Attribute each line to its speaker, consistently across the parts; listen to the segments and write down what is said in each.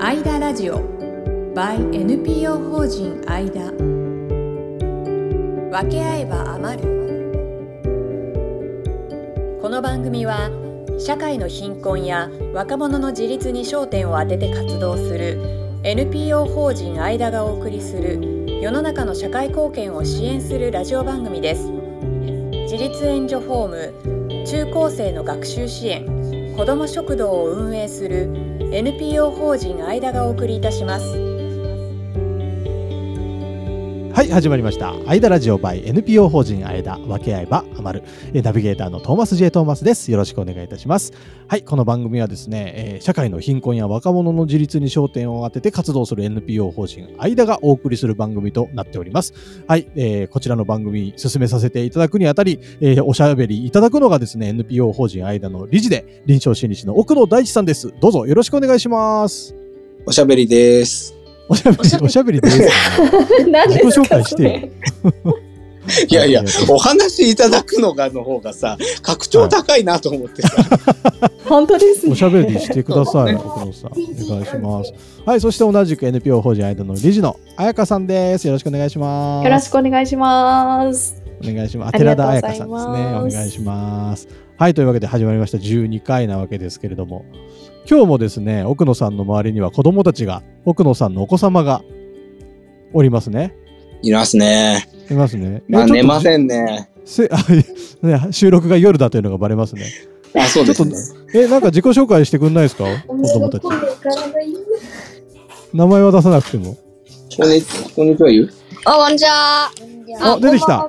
Speaker 1: アイダラジオ by NPO 法人アイダ分け合えば余るこの番組は社会の貧困や若者の自立に焦点を当てて活動する NPO 法人アイダがお送りする世の中の社会貢献を支援するラジオ番組です自立援助ホーム中高生の学習支援子ども食堂を運営する NPO 法人アイダがお送りいたします
Speaker 2: はい始まりました「アイダラジオ by NPO 法人アイダ分け合えば余る」えーナビゲーターのトーマス J トーマスですよろしくお願いいたしますはいこの番組はですね、えー社会の貧困や若者の自立に焦点を当てて活動する NPO 法人アイダがお送りする番組となっておりますはい、えーこちらの番組進めさせていただくにあたり、えーおしゃべりいただくのがですね NPO 法人アイダの理事で臨床心理士の奥野大地さんですどうぞよろしくお願いします
Speaker 3: おしゃべりです。
Speaker 2: おしゃべりおしゃべりですね、
Speaker 4: 何
Speaker 2: 自己紹介してよ
Speaker 3: いやいや、お話いただくのがの方がさ、格調高いなと思ってさ。
Speaker 4: 本当ですね。
Speaker 2: おしゃべりしてください、
Speaker 3: そう
Speaker 2: 奥野さん。お願いします。はい、そして同じく NPO 法人間の理事の彩香さんです。よろしくお願いします。
Speaker 4: よろしくお願いします。
Speaker 2: お願いします。
Speaker 4: あり
Speaker 2: 寺
Speaker 4: がとう
Speaker 2: 田
Speaker 4: ござ
Speaker 2: 彩
Speaker 4: い
Speaker 2: 香
Speaker 4: ます
Speaker 2: さんですね。お願いします。はい、というわけで始まりました12回なわけですけれども、今日もですね、奥野さんの周りには子供たちが、奥野さんのお子様がおりますね。
Speaker 3: いますね。
Speaker 2: いますね。
Speaker 3: まあ、寝ま
Speaker 2: ん。
Speaker 3: せんね。
Speaker 2: せあ いやね収録が夜だというのがバレますね。
Speaker 3: あ、そうですね。
Speaker 2: え、なんか自己紹介してくんないですか子供たち。名前は出さなくても。
Speaker 3: こんにこんにちは、言う
Speaker 5: あ、こんにちは。
Speaker 2: あ出てきた。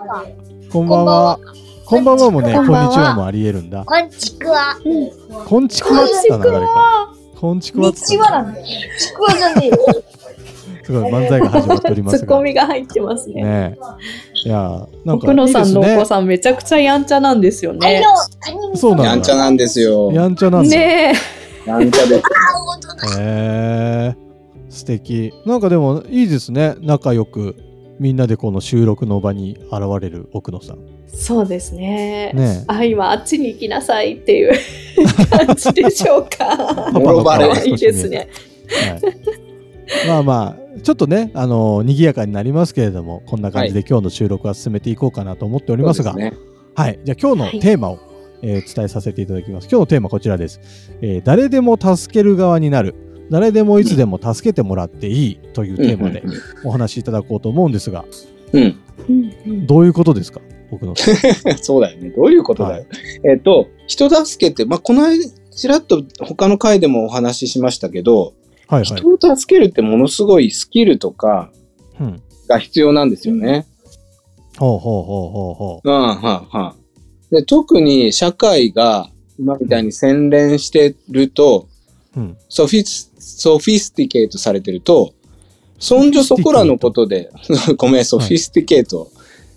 Speaker 2: こんばんは。こ
Speaker 5: こ
Speaker 2: ん
Speaker 5: ん
Speaker 2: ば
Speaker 5: ば
Speaker 2: ん
Speaker 5: ん
Speaker 2: は
Speaker 5: は
Speaker 2: もね、こ
Speaker 5: こ
Speaker 2: ん
Speaker 5: ん
Speaker 2: に
Speaker 5: ばんは
Speaker 2: ちはもありえるんだ。
Speaker 5: こんちくわ。
Speaker 2: こんちくわっつったな、誰か。こんちくわっつったな。
Speaker 5: ちくわじゃねえよ。
Speaker 2: すごい、漫才が始まっておりま
Speaker 4: ツ
Speaker 2: す
Speaker 4: ッ コ
Speaker 2: が。
Speaker 4: ミが入ってますね。
Speaker 2: ねえ。いやー、なんかい
Speaker 4: 奥
Speaker 2: い
Speaker 4: 野
Speaker 2: で
Speaker 4: さん
Speaker 2: す
Speaker 4: のお
Speaker 2: ね
Speaker 4: 子。さんめちゃくちゃやんちゃなんですよね。
Speaker 2: そう
Speaker 3: や
Speaker 2: なん
Speaker 3: んちゃ
Speaker 2: だ。
Speaker 3: なんですよ。
Speaker 2: やんちゃなんだ。へ
Speaker 4: ねえ、
Speaker 3: やんちゃで。
Speaker 2: え。素敵。なんかでも、いいですね。仲良く。みんなでこの収録の場に現れる奥野さん。
Speaker 4: そうですね。
Speaker 2: ねえ。
Speaker 4: あ、今あっちに行きなさいっていう感じでしょう か。
Speaker 2: パパの顔
Speaker 3: あれ
Speaker 4: 可
Speaker 2: が
Speaker 4: 愛い
Speaker 2: 少
Speaker 4: い
Speaker 2: し
Speaker 4: です
Speaker 2: 見え
Speaker 4: ね。
Speaker 2: はい、まあまあちょっとねあの賑やかになりますけれどもこんな感じで今日の収録は進めていこうかなと思っておりますが、
Speaker 3: そうですね
Speaker 2: はい、じゃあ今日のテーマを、えー伝えさせていただきます。今日のテーマはこちらです、えー誰でも助ける側になる。誰でもいつでも助けてもらっていいというテーマで
Speaker 3: うん
Speaker 2: お話しいただこうと思うんですが、
Speaker 3: うん、
Speaker 4: うん
Speaker 2: どういうことですか僕の。
Speaker 3: うんそうだよね。どういうことだよ。えっと、人助けって、まあ、この間、ちらっと他の回でもお話ししましたけど、
Speaker 2: はいはい。
Speaker 3: 人を助けるってものすごいスキルとか
Speaker 2: うん、
Speaker 3: が必要なんですよね。
Speaker 2: ほうほうほうほうほ
Speaker 3: うん、はん、はん。で、特に社会が今みたいに洗練してると、
Speaker 2: う。うん、
Speaker 3: ソフィス、ソフィスティケートされてると、そんじょそこらのことで、 ごめん、ソフィスティケート。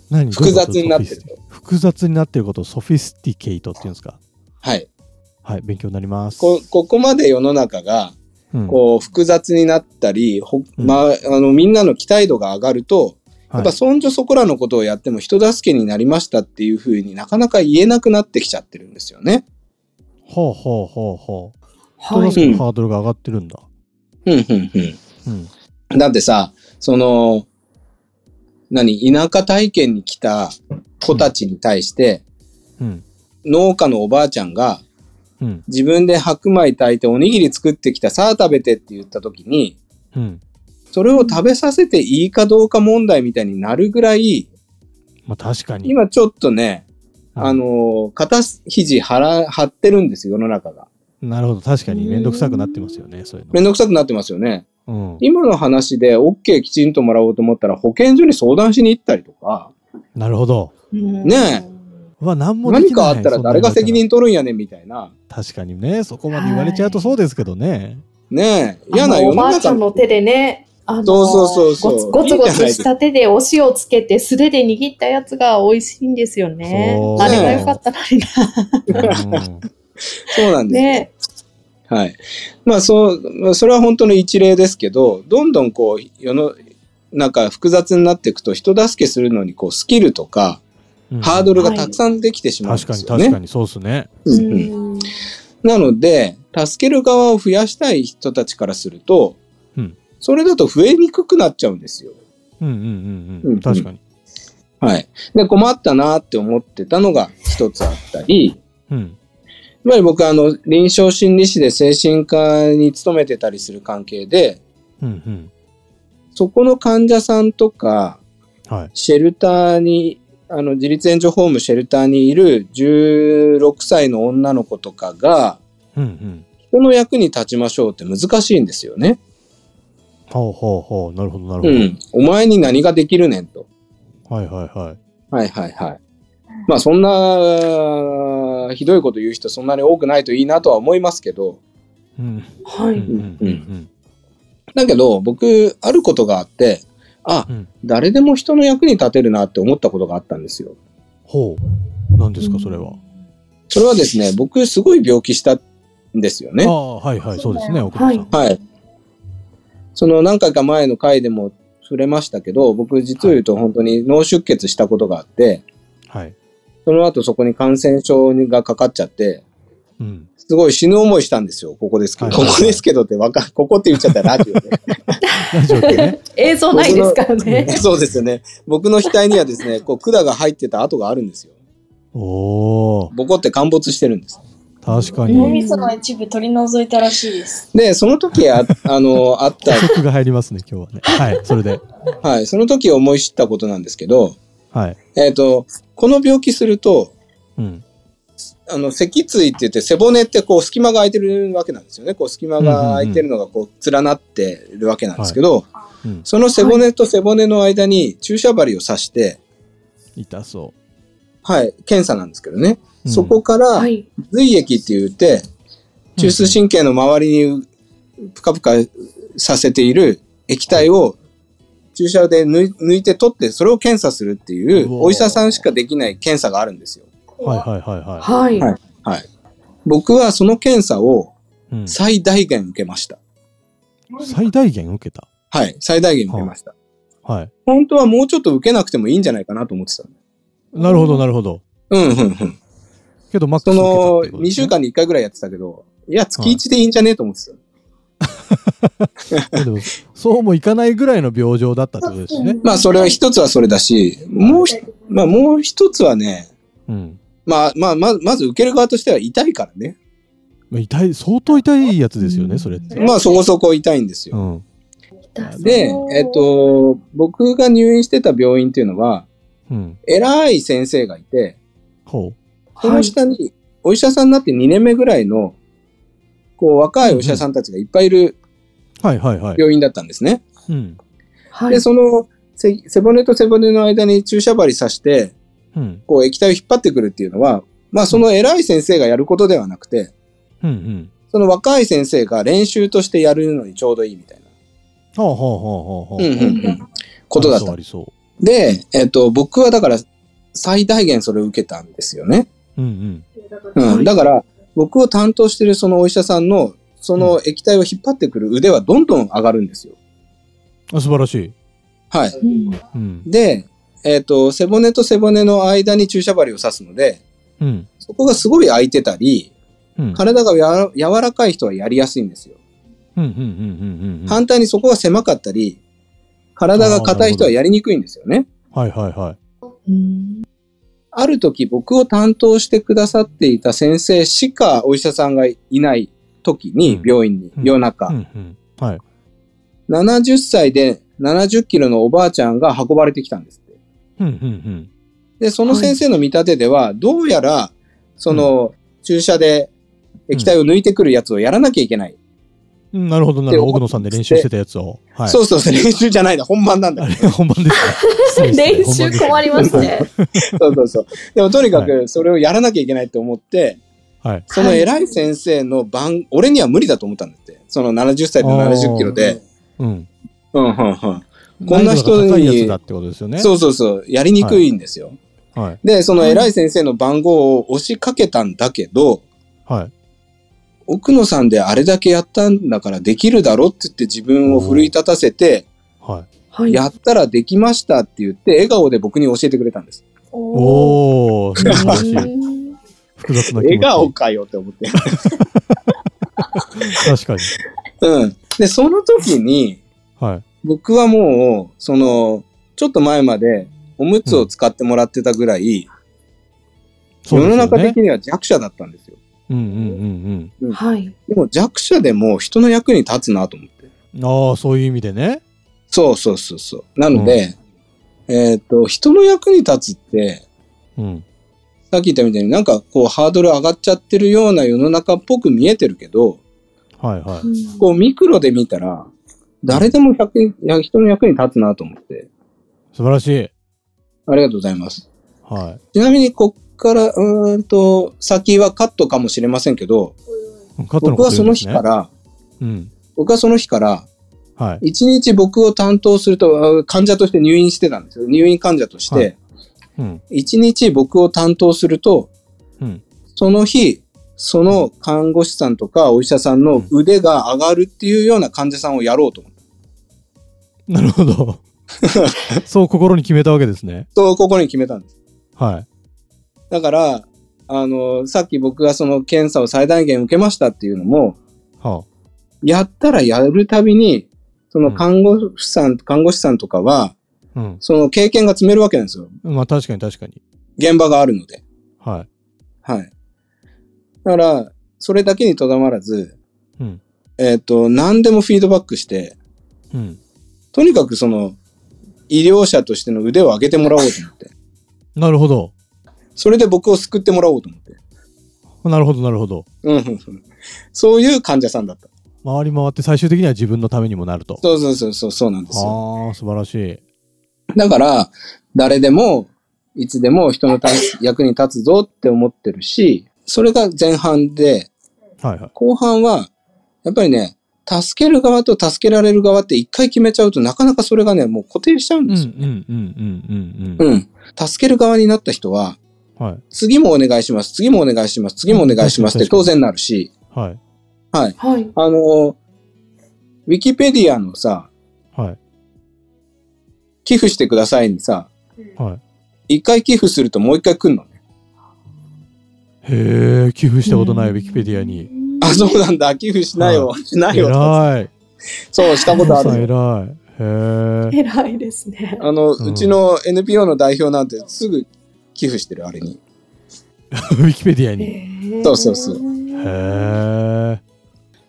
Speaker 2: 何
Speaker 3: 複雑になってる
Speaker 2: どういうこと複雑になってることをソフィスティケイトっていうんですか。
Speaker 3: はい。
Speaker 2: はい、勉強になります。
Speaker 3: こ、ここまで世の中が、
Speaker 2: うん
Speaker 3: こう、複雑になったり、ほ
Speaker 2: うん
Speaker 3: まあ、あの、みんなの期待度が上がると、や
Speaker 2: は
Speaker 3: っ
Speaker 2: い
Speaker 3: ぱそんじょそこらのことをやっても人助けになりましたっていうふうになかなか言えなくなってきちゃってるんですよね。
Speaker 2: ほうほうほうほう。
Speaker 4: は
Speaker 2: 人
Speaker 4: い
Speaker 2: 助けのハードルが上がってるんだ。
Speaker 3: うん、うん、うん。
Speaker 2: うん。
Speaker 3: だってさ、その、何、田舎体験に来た子たちに対して、
Speaker 2: うん。
Speaker 3: 農家のおばあちゃんが、
Speaker 2: うん。
Speaker 3: 自分で白米炊いておにぎり作ってきた、さあ食べてって言った時に、
Speaker 2: うん。
Speaker 3: それを食べさせていいかどうか問題みたいになるぐらい、
Speaker 2: まあ確かに。
Speaker 3: 今ちょっとね、
Speaker 2: うん
Speaker 3: あの、肩肘張ら張ってるんですよ、世の中が。
Speaker 2: なるほど。確かに面倒くさくなってますよね、そういう
Speaker 3: めんどくさくなってますよね。
Speaker 2: の。う
Speaker 3: 今の話で OK きちんともらおうと思ったら保健所に相談しに行ったりとか、
Speaker 2: ん。なるほど。
Speaker 3: ね
Speaker 2: うわ、何もできない
Speaker 3: 何かあったら誰が
Speaker 2: そ
Speaker 3: 責
Speaker 2: んなの
Speaker 3: 任取るんやねんみたいな。
Speaker 2: だったら確かにね、そこまで言われちゃうとそうですけどね。
Speaker 3: ねえ、
Speaker 4: あ
Speaker 3: 嫌な
Speaker 4: の
Speaker 3: 世
Speaker 4: お
Speaker 3: の
Speaker 4: ばあちゃ
Speaker 3: 中
Speaker 4: んの手でね、あの
Speaker 3: そうそうそうそう
Speaker 4: ゴツゴツゴツした手でお塩をつけて素手で握ったやつが美味しいんですよね
Speaker 2: そう。
Speaker 4: あれが良かったなりな。
Speaker 3: そうなんです、
Speaker 4: ね。
Speaker 3: はい。まあ、そう、それは本当の一例ですけど、どんどんこう、世の中複雑になっていくと、人助けするのに、こう、スキルとか、
Speaker 2: うん
Speaker 3: ハードルがたくさんできてしまうん
Speaker 2: 確
Speaker 3: で
Speaker 2: か
Speaker 3: す
Speaker 2: に
Speaker 3: よ
Speaker 2: 確
Speaker 3: ね
Speaker 2: か。に、そうですね。
Speaker 3: うんうんなので、助ける側を増やしたい人たちからすると、それだと増えにくくなっちゃうんですよ。
Speaker 2: うんうんうんうん。確かに。
Speaker 3: はい。で、困ったなって思ってたのが一つあったり、
Speaker 2: うん。
Speaker 3: つまり僕はあの、臨床心理士で精神科に勤めてたりする関係で、
Speaker 2: うん
Speaker 3: そこの患者さんとか、
Speaker 2: うん。はい。
Speaker 3: シェルターに、あの、自立援助ホームシェルターにいる16歳の女の子とかが、
Speaker 2: うんうん。
Speaker 3: 人の役に立ちましょうって難しいんですよね。
Speaker 2: ほうほうほう。なるほどな
Speaker 3: う
Speaker 2: る
Speaker 3: ん。お前に何ができるねんと。
Speaker 2: ほど。はいはいはい。
Speaker 3: はいはいはい。まあそんな、ひどいこと言う人そんなに多くないといいなとは思いますけど、
Speaker 2: うん。
Speaker 4: は
Speaker 2: うん
Speaker 4: い。
Speaker 2: うんうん
Speaker 3: だけど僕、あることがあって、あ、
Speaker 2: うん。
Speaker 3: 誰でも人の役に立てるなって思ったことがあったんですよ。
Speaker 2: ほう。何ですか、それは。
Speaker 3: それはですね、僕すごい病気したんですよね
Speaker 2: あ。あ、はいはい。そうですね、奥田さん。
Speaker 3: はい。その何回か前の回でも触れましたけど、僕実を言うと本当に脳出血したことがあって、
Speaker 2: はい。
Speaker 3: その後そこに感染症がかかっちゃって、
Speaker 2: うん。
Speaker 3: すごい死ぬ思いしたんですよ。ここですけど。
Speaker 2: はいはいはい
Speaker 3: ここですけどってわか、ここって言っちゃったらラジオで。
Speaker 2: ラジオで ね。
Speaker 4: 映像ないですからね。
Speaker 3: そうですよね。僕の額にはですね、こう管が入ってた跡があるんですよ。
Speaker 2: おお、
Speaker 3: ボコって陥没してるんです。
Speaker 2: 確か
Speaker 5: 脳
Speaker 2: に。
Speaker 5: みその一部取り除いたらしいです。
Speaker 3: で、その時 あ、あの、あっ
Speaker 2: 曲が入りますね、今日はね。はい、それで。
Speaker 3: た、はい、その時思い知ったことなんですけど、
Speaker 2: はい。
Speaker 3: えっ、と、この病気すると、
Speaker 2: うん。
Speaker 3: あの、脊椎って言って背骨ってこう隙間が空いてるわけなんですよね。こう隙間が空いてるのがこう連なってるわけなんですけど、
Speaker 2: うん。
Speaker 3: その背骨と背骨の間に注射針を刺して、
Speaker 2: 痛そ
Speaker 3: はい、検査なんですけどね。
Speaker 2: う。
Speaker 3: そこから、
Speaker 4: はい。
Speaker 3: 髄液って言って、中枢神経の周りにぷかぷかさせている液体を注射で抜い抜いて取って、それを検査するっていう
Speaker 2: う、おー
Speaker 3: お医者さんしかできない検査があるんですよ。
Speaker 2: うん。はいはいはいは
Speaker 4: はい。
Speaker 3: はい僕はその検査を
Speaker 2: い。うん
Speaker 3: 最大限受けました。
Speaker 2: 最大限受けた。
Speaker 3: はい、最大限受けました。
Speaker 2: はい。
Speaker 3: 本当はもうちょっと受けなくてもいいんじゃないかなと思ってた。
Speaker 2: なるほどなるほど。
Speaker 3: うん、うん、うん。
Speaker 2: けどマックス受けたってこ
Speaker 3: その、
Speaker 2: とで
Speaker 3: 2
Speaker 2: す
Speaker 3: 週
Speaker 2: ね。
Speaker 3: 間に1回ぐらいやってたけど、いや、月1でいいんじゃねえと思ってた。
Speaker 2: でもそうもいかないぐらいの病状だったってことですね。
Speaker 3: まあ、それは一つはそれだし、もうひ、まあ、もう一つはね、
Speaker 2: うん。
Speaker 3: まあ、まあ、まず、まず受ける側としては痛いからね。
Speaker 2: まあ痛い、相当痛いやつですよね、それって。
Speaker 3: まあ、そこそこ痛いんです
Speaker 2: う
Speaker 3: よ。
Speaker 2: ん。
Speaker 3: で、えっ、と、僕が入院してた病院っていうのは、
Speaker 2: うん。
Speaker 3: 偉い先生がいて、
Speaker 2: ほ
Speaker 3: その下に、お医者さんになって2年目ぐらいの、こう、若いお医者さんたちがいっぱいいる
Speaker 2: う。はいはいはい。
Speaker 3: 病院だったんですね。
Speaker 2: うん。
Speaker 4: はい。
Speaker 3: で、その、せ背骨と背骨の間に注射針刺して、
Speaker 2: うん。
Speaker 3: こう、液体を引っ張ってくるっていうのは、まあ、その偉い先生がやることではなくて、
Speaker 2: うんうん。
Speaker 3: その若い先生が練習としてやるのにちょうどいいみたいな、
Speaker 2: ほうほうほうほうほ
Speaker 3: うん
Speaker 2: う。
Speaker 3: うんうん、ことだった
Speaker 2: ありそうありそ
Speaker 3: で、えっ、と、僕はだから最大限それを受けたんですよね。
Speaker 2: う。うんうん。
Speaker 3: うん。だから、僕を担当してるそのお医者さんの、その液体を引っ張ってくる腕はどんどん上がるんですよ。
Speaker 2: あ素晴らしい。
Speaker 3: はい。
Speaker 4: うん
Speaker 2: うん。
Speaker 3: で、えっ、と、背骨と背骨の間に注射針を刺すので、
Speaker 2: うん。
Speaker 3: そこがすごい空いてたり、
Speaker 2: うん。
Speaker 3: 体がやわ柔らかい人はやりやすいんですよ。
Speaker 2: うんうんうんうんうんうん。
Speaker 3: 反対にそこが狭かったり、体が硬い人はやりにくいんですよね。
Speaker 2: はいはいはい。
Speaker 4: うん
Speaker 3: ある時僕を担当してくださっていた先生しかお医者さんがいない時に
Speaker 2: うん
Speaker 3: 病院に
Speaker 2: うん
Speaker 3: 夜中、
Speaker 2: うんうん。はい。
Speaker 3: 70歳で70キロのおばあちゃんが運ばれてきたんですって。
Speaker 2: うんうん
Speaker 3: で、その先生の見立てではどうやらその注射で液体を抜いてくるやつをやらなきゃいけない。
Speaker 2: うんうん。なるほどなるほど。奥野さんで練習してたやつを。はい。
Speaker 3: そうそうそう、練習じゃないんだ、本番なんだ
Speaker 2: あ。れ本番ですか。そうですね
Speaker 4: 練習困ります。ね。
Speaker 3: そうそうそう。でもとにかくそれをやらなきゃいけないと思って、
Speaker 2: 本番です
Speaker 3: その偉い先生の番、俺には無理だと思ったんだって。その70歳と70キロで。
Speaker 2: はい。うん。
Speaker 3: うん、うん、うん。こんな人に
Speaker 2: 難易度が高いやつだってことですよね。
Speaker 3: そうそうそう、やりにくいんですよ。
Speaker 2: はい。
Speaker 3: で、その偉い先生の番号を押しかけたんだけど、
Speaker 2: はい。
Speaker 3: 奥野さんであれだけやったんだからできるだろって言って自分を奮い立たせて、
Speaker 2: はい。
Speaker 4: はい。
Speaker 3: やったらできましたって言って、笑顔で僕に教えてくれたんです。
Speaker 5: おー
Speaker 2: おー、素晴らしい。
Speaker 4: うん
Speaker 2: 複雑な気持ち。
Speaker 3: 笑顔かよって思って。
Speaker 2: 確かに。
Speaker 3: うん。で、その時に、
Speaker 2: はい。
Speaker 3: 僕はもう、その、ちょっと前までおむつを使ってもらってたぐらい、
Speaker 2: そう
Speaker 3: 世
Speaker 2: です
Speaker 3: の
Speaker 2: よね
Speaker 3: 中的には弱者だったんですよ。
Speaker 2: うんうん
Speaker 4: はい。
Speaker 3: でも弱者でも人の役に立つなと思って。
Speaker 2: うんうん。ああ、そういう意味でね。
Speaker 3: そうそうそうそう。なので、えーっと、人の役に立つって、
Speaker 2: うん。
Speaker 3: さっき言ったみたいになんかこうハードル上がっちゃってるような世の中っぽく見えてるけど、
Speaker 2: はいはい。
Speaker 3: こうミクロで見たら、誰でも100いや人の役に立つなと思って。
Speaker 2: 素晴らしい。
Speaker 3: ありがとうございます。
Speaker 2: は
Speaker 3: ちなみにこっから、うーんと、先はカットかもしれませんけど、
Speaker 2: い。勝った
Speaker 3: 僕はその日か
Speaker 2: こと
Speaker 3: ら、
Speaker 2: 言うんですね。
Speaker 3: 僕はその日から、
Speaker 2: うん。はい。
Speaker 3: 一日僕を担当すると、あ患者として入院してたんですよ。入院患者とし
Speaker 2: は
Speaker 3: て、
Speaker 2: うん。
Speaker 3: 一日僕を担当すると、
Speaker 2: うん。
Speaker 3: その日、その看護師さんとかお医者さんの腕が上がるっていうような患者さんをやろうと思って。
Speaker 2: なるほ ど。そう心に決めたわけですね。
Speaker 3: そう、ここに決めたんです。
Speaker 2: はい。
Speaker 3: だから、あの、さっき僕がその検査を最大限受けましたっていうのも、
Speaker 2: は
Speaker 3: やったらやるたびに、その看護師さん、看護師さんとかは、
Speaker 2: あ。うん。
Speaker 3: その経験が積めるわけなんですよ。
Speaker 2: まあ確かに確かに。
Speaker 3: 現場があるので。
Speaker 2: はい。
Speaker 3: はい。だから、それだけにとどまらず、
Speaker 2: うん
Speaker 3: えっ、と、何でもフィードバックして、
Speaker 2: うん。
Speaker 3: とにかくその、医療者としての腕を上げてもらおうと思って。
Speaker 2: なるほど。
Speaker 3: それで僕を救ってもらおうと思って。
Speaker 2: なるほどなるほど。
Speaker 3: うんうんうん。そういう患者さんだった。
Speaker 2: 回り回って最終的には自分のためにもなると。
Speaker 3: そうそうそうそう、そうなんですよ。
Speaker 2: ああ、素晴らしい。
Speaker 3: だから、誰でも、いつでも人のた役に立つぞって思ってるし、それが前半で、
Speaker 2: はいはい。
Speaker 3: 後半は、やっぱりね、助ける側と助けられる側って一回決めちゃうとなかなかそれがね、もう固定しちゃうん
Speaker 2: うん
Speaker 3: で
Speaker 2: うん
Speaker 3: すよ。
Speaker 2: うんうんうん
Speaker 3: うん。助ける側になった人は、
Speaker 2: うん。はい。
Speaker 3: 次もお願いします、次もお願いします、次もお願いしますって
Speaker 2: 確かに
Speaker 3: 当然なるし、
Speaker 2: はい。
Speaker 3: はい。
Speaker 4: はい。
Speaker 3: あのー、ウィキペディアのさ、
Speaker 2: はい。
Speaker 3: 寄付してくださいにさ、
Speaker 2: は
Speaker 3: 一回寄付するともう一回来んのね。
Speaker 2: い。へえ、寄付したことないウィキペディアに。
Speaker 3: あ、そうなんだ、寄付しないよ、しないよ。
Speaker 2: 偉い。
Speaker 3: そう、したことあ
Speaker 2: さん
Speaker 3: る。
Speaker 2: 偉い。 へえ。
Speaker 4: 偉いですね。
Speaker 3: あの、
Speaker 2: うん
Speaker 3: うちの NPO の代表なんてすぐ寄付してる、あれに。
Speaker 2: ウィキペディアに。へ
Speaker 3: そうそうそう
Speaker 2: え。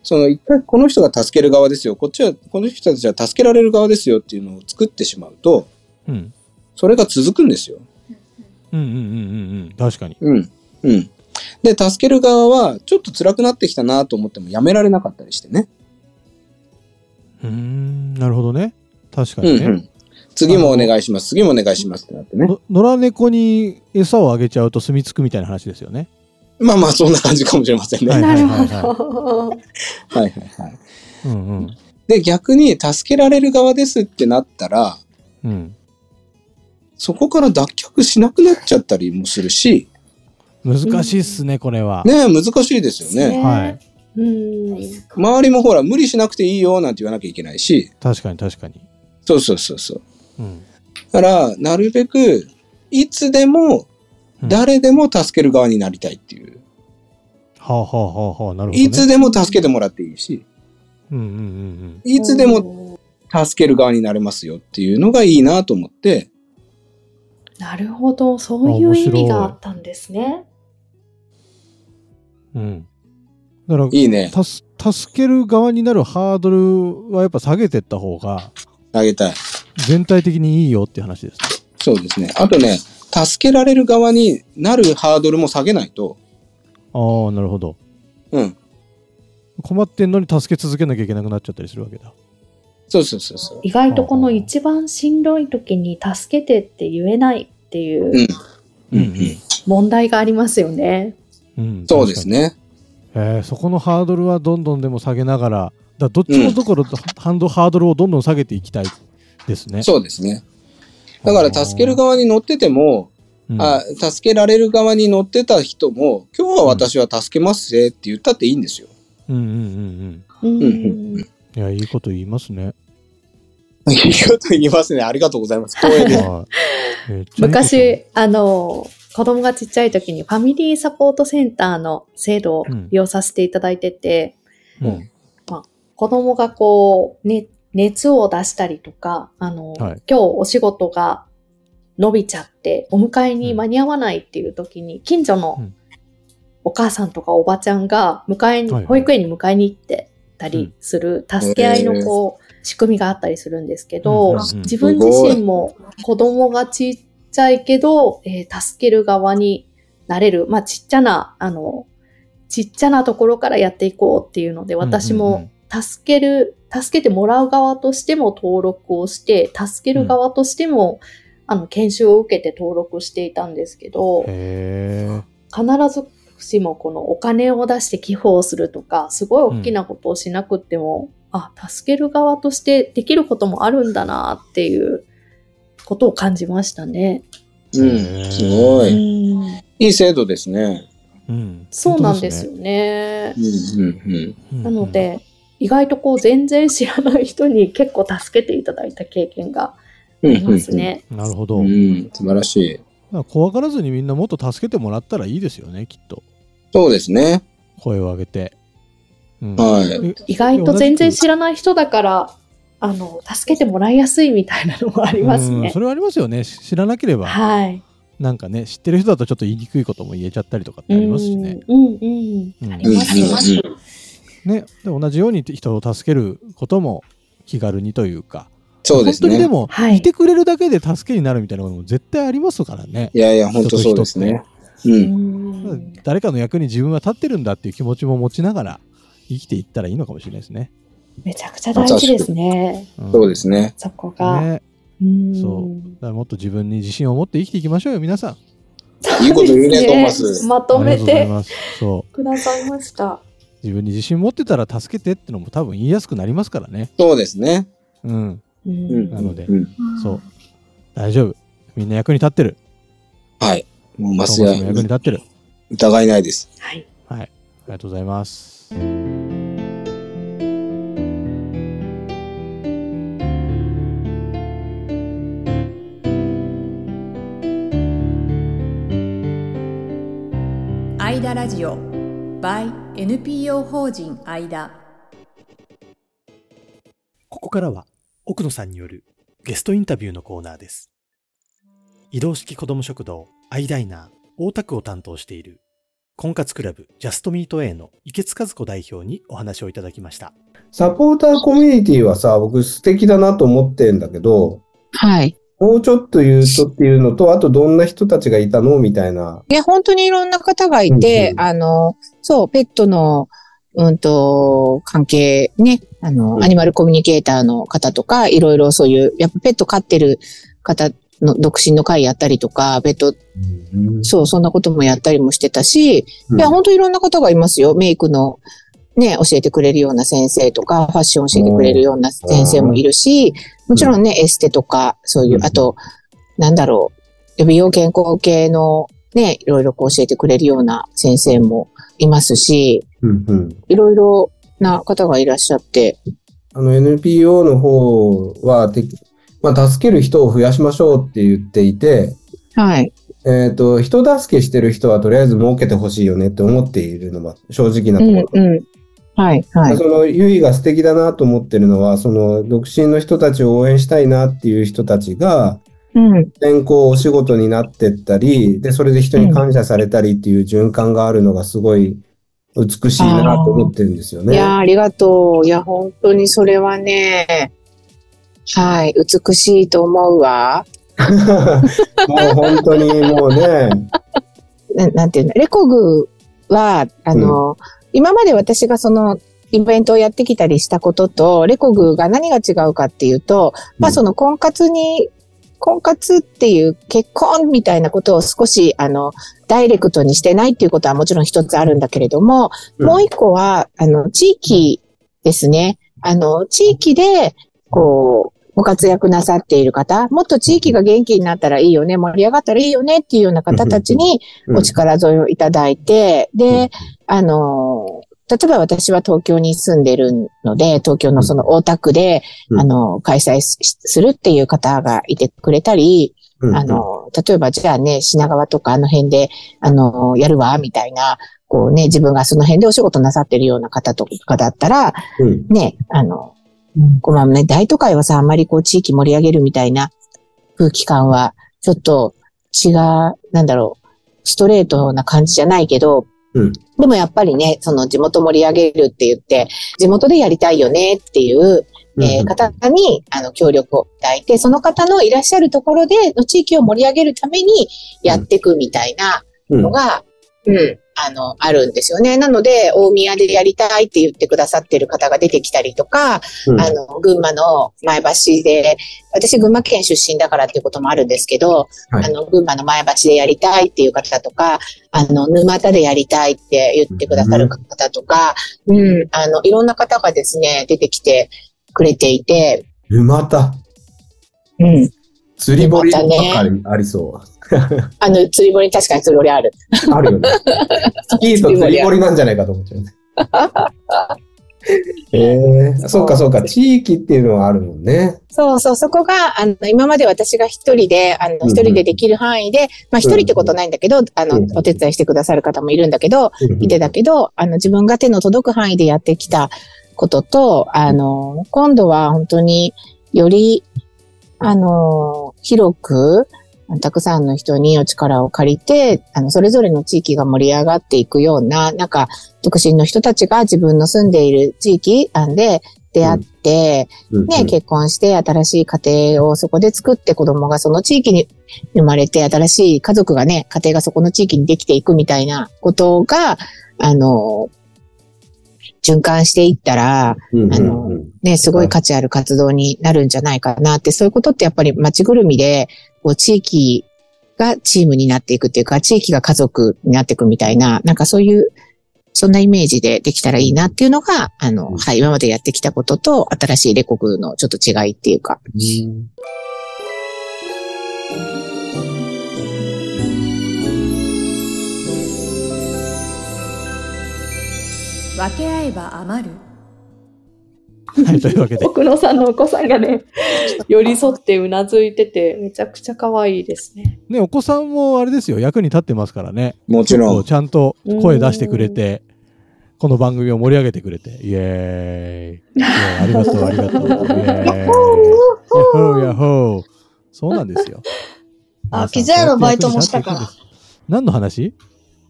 Speaker 3: その一回この人が助ける側ですよ、こっちは、この人たちは助けられる側ですよっていうのを作ってしまうと、
Speaker 2: うん。
Speaker 3: それが続くんですよ。
Speaker 2: うんうんうんうんうん。確かに。
Speaker 3: うん。うん。で、助ける側は、ちょっと辛くなってきたなと思ってもやめられなかったりしてね。
Speaker 2: うーん。なるほどね。確か
Speaker 3: う
Speaker 2: に
Speaker 3: ん
Speaker 2: ね。
Speaker 3: うん。次もお願いします、次もお願いしますってなってね。
Speaker 2: の野良猫に餌をあげちゃうと住み着くみたいな話ですよね。
Speaker 3: まあまあ、そんな感じかもしれませんね。
Speaker 2: は
Speaker 3: はいい
Speaker 4: なるほど。
Speaker 3: はいはい。
Speaker 2: うんうん。
Speaker 3: で、逆に、助けられる側ですってなったら、
Speaker 2: うん。
Speaker 3: そこから脱却しなくなっちゃったりもするし、
Speaker 2: 難しいっすね、これは。
Speaker 3: ねえ難しいですよね。
Speaker 2: はい。
Speaker 4: うん。
Speaker 3: 周りもほら、無理しなくていいよなんて言わなきゃいけないし、
Speaker 2: 確かに確かに。
Speaker 3: そうそうそうそう。
Speaker 2: うん。
Speaker 3: だから、なるべく、いつでも、
Speaker 2: うん
Speaker 3: 誰でも助ける側になりたいっていう。
Speaker 2: はあはあはあはあ。なるほど、ね。
Speaker 3: いつでも助けてもらっていいし、
Speaker 2: うんうんうん
Speaker 3: いつでも助ける側になれますよっていうのがいいなと思って、
Speaker 4: なるほど。そういう意味があったんですね。
Speaker 2: うん。うん。だから、
Speaker 3: いいね、
Speaker 2: たす助ける側になるハードルはやっぱ下げてった方が
Speaker 3: あげたい。
Speaker 2: 全体的にいいよって話ですね。
Speaker 3: そうですね。あとね、助けられる側になるハードルも下げないと、
Speaker 2: ああ、なるほど。
Speaker 3: うん。
Speaker 2: 困ってんのに助け続けなきゃいけなくなっちゃったりするわけだ。
Speaker 3: そうそうそうそう。
Speaker 4: 意外とこの一番しんどい時に助けてって言えないっていう
Speaker 3: うんうん
Speaker 4: 問題がありますよね。
Speaker 2: うん。うん、
Speaker 3: そうですね。
Speaker 2: 確かに。えーそこのハードルはどんどんでも下げながら、だからどっちもどころ、ハンドハードルをどんどん下げていきたいですね。
Speaker 3: そうですね。だから助ける側に乗ってても、
Speaker 2: うん、
Speaker 3: あ助けられる側に乗ってた人も、今日は私は助けますぜって言ったっていいんですよ。
Speaker 2: うんうんうんうん。
Speaker 4: うん
Speaker 3: うんう
Speaker 2: いや、いいこと言います ね。
Speaker 3: いいこと言いますね。ありがとうございます。光栄です。
Speaker 2: はいめっちゃいいこと
Speaker 4: 昔、あの、子供がちっちゃい時にファミリーサポートセンターの制度を利用させていただいてて、
Speaker 2: うん
Speaker 4: 子供がこう、ね、熱を出したりとか、あの、
Speaker 2: はい
Speaker 4: 今日お仕事が伸びちゃって、お迎えに間に合わないっていう時に、近所
Speaker 2: う
Speaker 4: の
Speaker 2: ん
Speaker 4: お母さんとかおばちゃんが迎えに、
Speaker 2: はいはい
Speaker 4: 保育園に迎えに行ってた
Speaker 2: う
Speaker 4: り
Speaker 2: ん
Speaker 4: する、助け合いのこう、仕組みがあったりするんですけ
Speaker 2: うんうん
Speaker 4: ど、
Speaker 2: うん
Speaker 4: 自分自身も子供がちっちゃいけど、えー助ける側になれる、まあちっちゃな、あの、ちっちゃなところからやっていこうっていうので、私も、助ける、助けてもらう側としても登録をして、助ける側としても、あの、研修を受けて登録していたんですけど、
Speaker 2: へー
Speaker 4: 必ずしもこのお金を出して寄付をするとか、すごい大きなことをしなくっても、あ、助ける側としてできることもあるんだなっていうことを感じましたね。
Speaker 3: うん。すご
Speaker 2: は
Speaker 3: い。いい制度ですね。
Speaker 2: うん
Speaker 4: そうなんですよね。
Speaker 3: うんうんうん。
Speaker 2: 本当ですね
Speaker 4: なので、意外とこう全然知らない人に結構助けていただいた経験が
Speaker 3: う
Speaker 4: あ
Speaker 3: ん
Speaker 4: ります。ね。
Speaker 2: うんなるほ
Speaker 3: う
Speaker 2: ど、
Speaker 3: んうん、素晴らしい。
Speaker 2: まあ怖がらずにみんなもっと助けてもらったらいいですよねきっと
Speaker 3: そうですね。
Speaker 2: 声を上げて、うん
Speaker 3: はい。
Speaker 2: え
Speaker 4: 意外と全然知らない人だから、あの、助けてもらいやすいみたいなのもあります
Speaker 2: うん
Speaker 4: ね
Speaker 2: そ。れはありますよねし知らなければ、
Speaker 4: はい。
Speaker 2: なんかね知ってる人だとちょっと言いにくいことも言えちゃったりとかってありますしね。
Speaker 4: うんうん
Speaker 2: う
Speaker 4: うんん。あります
Speaker 3: うんうんうん
Speaker 2: ねで同じように人を助けることも気軽にというか
Speaker 3: そうです
Speaker 2: 本当にで
Speaker 3: ね。
Speaker 2: も、
Speaker 4: はい
Speaker 2: いてくれるだけで助けになるみたいなことも絶対ありますからね
Speaker 3: い。やいや、本当そうですね。う。
Speaker 4: うんん
Speaker 2: 誰かの役に自分は立ってるんだっていう気持ちも持ちながら生きていったらいいのかもしれないですね。
Speaker 4: めちゃくちゃ大事ですね。
Speaker 2: うん
Speaker 3: そうですね。
Speaker 4: そこが。
Speaker 2: ね
Speaker 4: うん
Speaker 2: そうだからもっと自分に自信を持って生きていきましょうよ皆 さん。
Speaker 3: いいこと言う
Speaker 4: そう
Speaker 3: ね、
Speaker 4: です
Speaker 3: トーマス。
Speaker 4: まと
Speaker 2: ありがとうご
Speaker 4: め
Speaker 2: ざい
Speaker 4: て
Speaker 2: ます。そう
Speaker 4: くださいました。
Speaker 2: 自分に自信持ってたら助けてってのも多分言いやすくなりますからね。
Speaker 3: そうですね。
Speaker 2: うん
Speaker 4: う
Speaker 3: うん。
Speaker 2: なので
Speaker 3: うん
Speaker 2: そう大丈夫みんな役に立ってる。
Speaker 3: はい。もう、
Speaker 2: ト
Speaker 3: マス
Speaker 2: ーマ
Speaker 3: ヤ
Speaker 2: ス、も役に立ってる。
Speaker 3: 疑いないです。
Speaker 4: はい。
Speaker 2: はい、ありがとうございます。
Speaker 1: アイダラジオ by NPO 法人アイダ
Speaker 6: ここからは奥野さんによるゲストインタビューのコーナーです。移動式子ども食堂アイダイナー大田区を担当している婚活クラブジャストミート A の池津和子代表にお話をいただきました。
Speaker 7: サポーターコミュニティはさ、僕素敵だなと思ってんだけど、
Speaker 8: はい。
Speaker 7: もうちょっと言うとっていうのと、あとどんな人たちがいたのみたいな。
Speaker 8: いや、本当にいろんな方がいて、
Speaker 7: うんうん
Speaker 8: あの、そう、ペットの、うんと、関係ね、あの、
Speaker 7: うん
Speaker 8: アニマルコミュニケーターの方とか、いろいろそういう、やっぱペット飼ってる方の独身の会やったりとか、ペット、そう、そんなこともやったりもしてたし、
Speaker 7: うん
Speaker 8: いや、本当いろんな方がいますよ。メイクの、ね、教えてくれるような先生とか、ファッション教えてくれるような先生もいるし、もちろんね、エステとか、そういうう、
Speaker 7: ん
Speaker 8: あと、なんだろう、美容健康系の、ね、いろいろこう教えてくれるような先生もいますし、
Speaker 7: うんうん
Speaker 8: いろいろな方がいらっしゃって、
Speaker 7: あの NPO の方は、てまあ、助ける人を増やしましょうって言っていて、
Speaker 8: はい。
Speaker 7: えっ、と、人助けしてる人はとりあえず儲けてほしいよねって思っているのが正直な
Speaker 8: う
Speaker 7: とこ
Speaker 8: ん
Speaker 7: ろ。
Speaker 8: うん。はい、はい。
Speaker 7: その、ゆいが素敵だなと思ってるのは、その、独身の人たちを応援したいなっていう人たちが、
Speaker 8: うん、
Speaker 7: 健康お仕事になってったり、で、それで人に感謝されたりっていう循環があるのがすごい美しいなと思ってるんですよ
Speaker 8: い
Speaker 7: ね。
Speaker 8: やーありがとう。いや、本当にそれはね、はい、美しいと思うわ。
Speaker 7: もう本当にもうね、
Speaker 8: ななんていうの、レコグは、あの、今まで私がその、イベントをやってきたりしたことと、レコグが何が違うかっていうと、ま
Speaker 7: う
Speaker 8: あ
Speaker 7: ん
Speaker 8: その婚活に、婚活っていう結婚みたいなことを少し、あの、ダイレクトにしてないっていうことはもちろん一つあるんだけれども、
Speaker 7: うん
Speaker 8: もう一個は、あの、地域ですね。あの、地域で、こう、ご活躍なさっている方、もっと地域が元気になったらいいよね、盛り上がったらいいよねっていうような方たちに、
Speaker 7: うん
Speaker 8: お力添えをいただいて、
Speaker 7: うん
Speaker 8: で、あの、例えば私は東京に住んでるので、東京のその大田区で、
Speaker 7: うん
Speaker 8: あの、開催しするっていう方がいてくれたり、あ、の、例えばじゃあね、品川とかあの辺で、あの、やるわ、みたいな、こうね、自分がその辺でお仕事なさってるような方とかだったら、
Speaker 7: うん
Speaker 8: ね、あの、うんこうまあね、大都会はさ、あんまりこう地域盛り上げるみたいな空気感は、ちょっと違う、なんだろう、ストレートな感じじゃないけど、
Speaker 7: うん
Speaker 8: でもやっぱりね、その地元盛り上げるって言って、地元でやりたいよねっていう、えー方にあの協力をいただいて、その方のいらっしゃるところでの地域を盛り上げるためにやっていくみたいな
Speaker 7: うん
Speaker 8: のが、うん、あの、あるんですよね。なので、大宮でやりたいって言ってくださってる方が出てきたりとか、
Speaker 7: うん
Speaker 8: あの、群馬の前橋で、私群馬県出身だからっていうこともあるんですけど、
Speaker 7: はい
Speaker 8: あの、群馬の前橋でやりたいっていう方とか、あの、沼田でやりたいって言ってくださる方とか、うん、あの、いろんな方がですね、出てきてくれていて、
Speaker 7: 沼田。
Speaker 8: うん。
Speaker 7: 釣り堀ばっかりありそ
Speaker 8: あの、釣り堀に確かにそれ俺ある。
Speaker 7: う。あるよね。スキーと釣り堀なんじゃないかと思っちゃう ね。えー、そうかそうか。地域っていうのはあるもんね。
Speaker 8: そうそう、そこが、あの、今まで私が一人で、あの、
Speaker 7: うん
Speaker 8: 一人でできる範囲で、まあ一人ってことないんだけど、あ
Speaker 7: う
Speaker 8: の
Speaker 7: ん、
Speaker 8: お手伝いしてくださる方もいるんだけど、いてだけど、あの、自分が手の届く範囲でやってきたことと、あの、今度は本当により、あの、広く、たくさんの人にお力を借りて、あの、それぞれの地域が盛り上がっていくような、なんか、独身の人たちが自分の住んでいる地域あんで出会って、
Speaker 7: うん
Speaker 8: ね、結婚して新しい家庭をそこで作って子供がその地域に生まれて新しい家族がね、家庭がそこの地域にできていくみたいなことが、あの、循環していったら、
Speaker 7: うん
Speaker 8: あの
Speaker 7: うん
Speaker 8: ね、すごい価値ある活動になるんじゃないかなって、そういうことってやっぱり街ぐるみで、こう地域がチームになっていくっていうか、地域が家族になっていくみたいな、なんかそういう、そんなイメージでできたらいいなっていうのが、あの、はい、今までやってきたことと、新しいレコグのちょっと違いっていうか、
Speaker 1: 分け合えば余る
Speaker 2: はい、というわけ で、
Speaker 4: 奥野さんのお子さんがね、寄り添ってうなずいてて、めちゃくちゃ可愛いですね。
Speaker 2: ね、お子さんもあれですよ、役に立ってますからね。
Speaker 3: もちろ。
Speaker 2: こうんちゃんと声出してくれて、この番組を盛り上げてくれて、イエーイ。いやありがとう、ありがとう。イエーイ。ヤッホー、ヤッホー。そうなんですよ。
Speaker 5: あ
Speaker 2: 皆さん
Speaker 5: ピザ屋のバイトもしたから。
Speaker 2: 何の話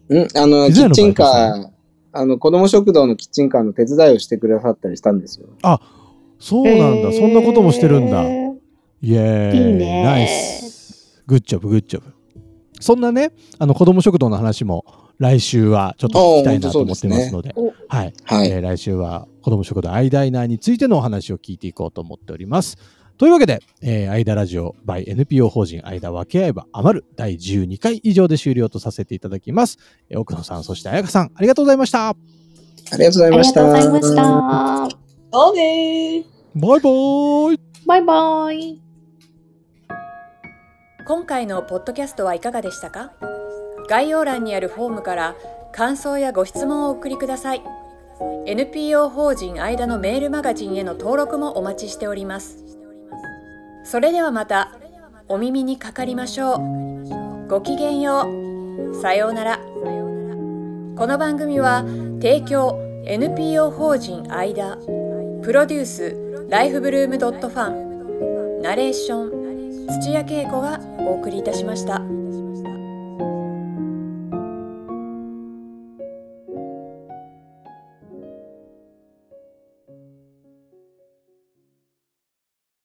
Speaker 3: うん、あの、
Speaker 2: 以
Speaker 3: キ
Speaker 2: 前の
Speaker 3: ッチンカ
Speaker 2: バイ
Speaker 3: ー、あの、子供食堂のキッチンカーの手伝いをしてくださったりしたんですよ。
Speaker 2: そうなんだ、そんなこともしてるんだ。イエーイ
Speaker 4: いいね
Speaker 2: ナイスグッジョブグッジョブそんなねあの子ども食堂の話も来週はちょっと聞きたいなと思ってますので
Speaker 4: あー本当そうです
Speaker 2: はい、
Speaker 3: はい。
Speaker 2: えー来週は子ども食堂アイダイナーについてのお話を聞いていこうと思っておりますというわけで、えー、アイダラジオ by NPO 法人アイダ分け合えば余る第12回以上で終了とさせていただきます、えー奥野さんそして彩香さんありがとうございました
Speaker 3: ありがとうござ
Speaker 4: あ
Speaker 3: い
Speaker 4: り
Speaker 3: ま
Speaker 4: が
Speaker 3: し
Speaker 4: と
Speaker 3: た。
Speaker 4: うございました。
Speaker 5: そうねー。
Speaker 2: バイバーイ
Speaker 4: バイバイ。
Speaker 1: 今回のポッドキャストはいかがでしたか概要欄にあるフォームから感想やご質問をお送りください NPO 法人間のメールマガジンへの登録もお待ちしておりますそれではまたお耳にかかりましょうごきげんようさようならこの番組は提供 NPO 法人間プロデュースライフブルームドットファンナレーション土屋恵子がお送りいたしました。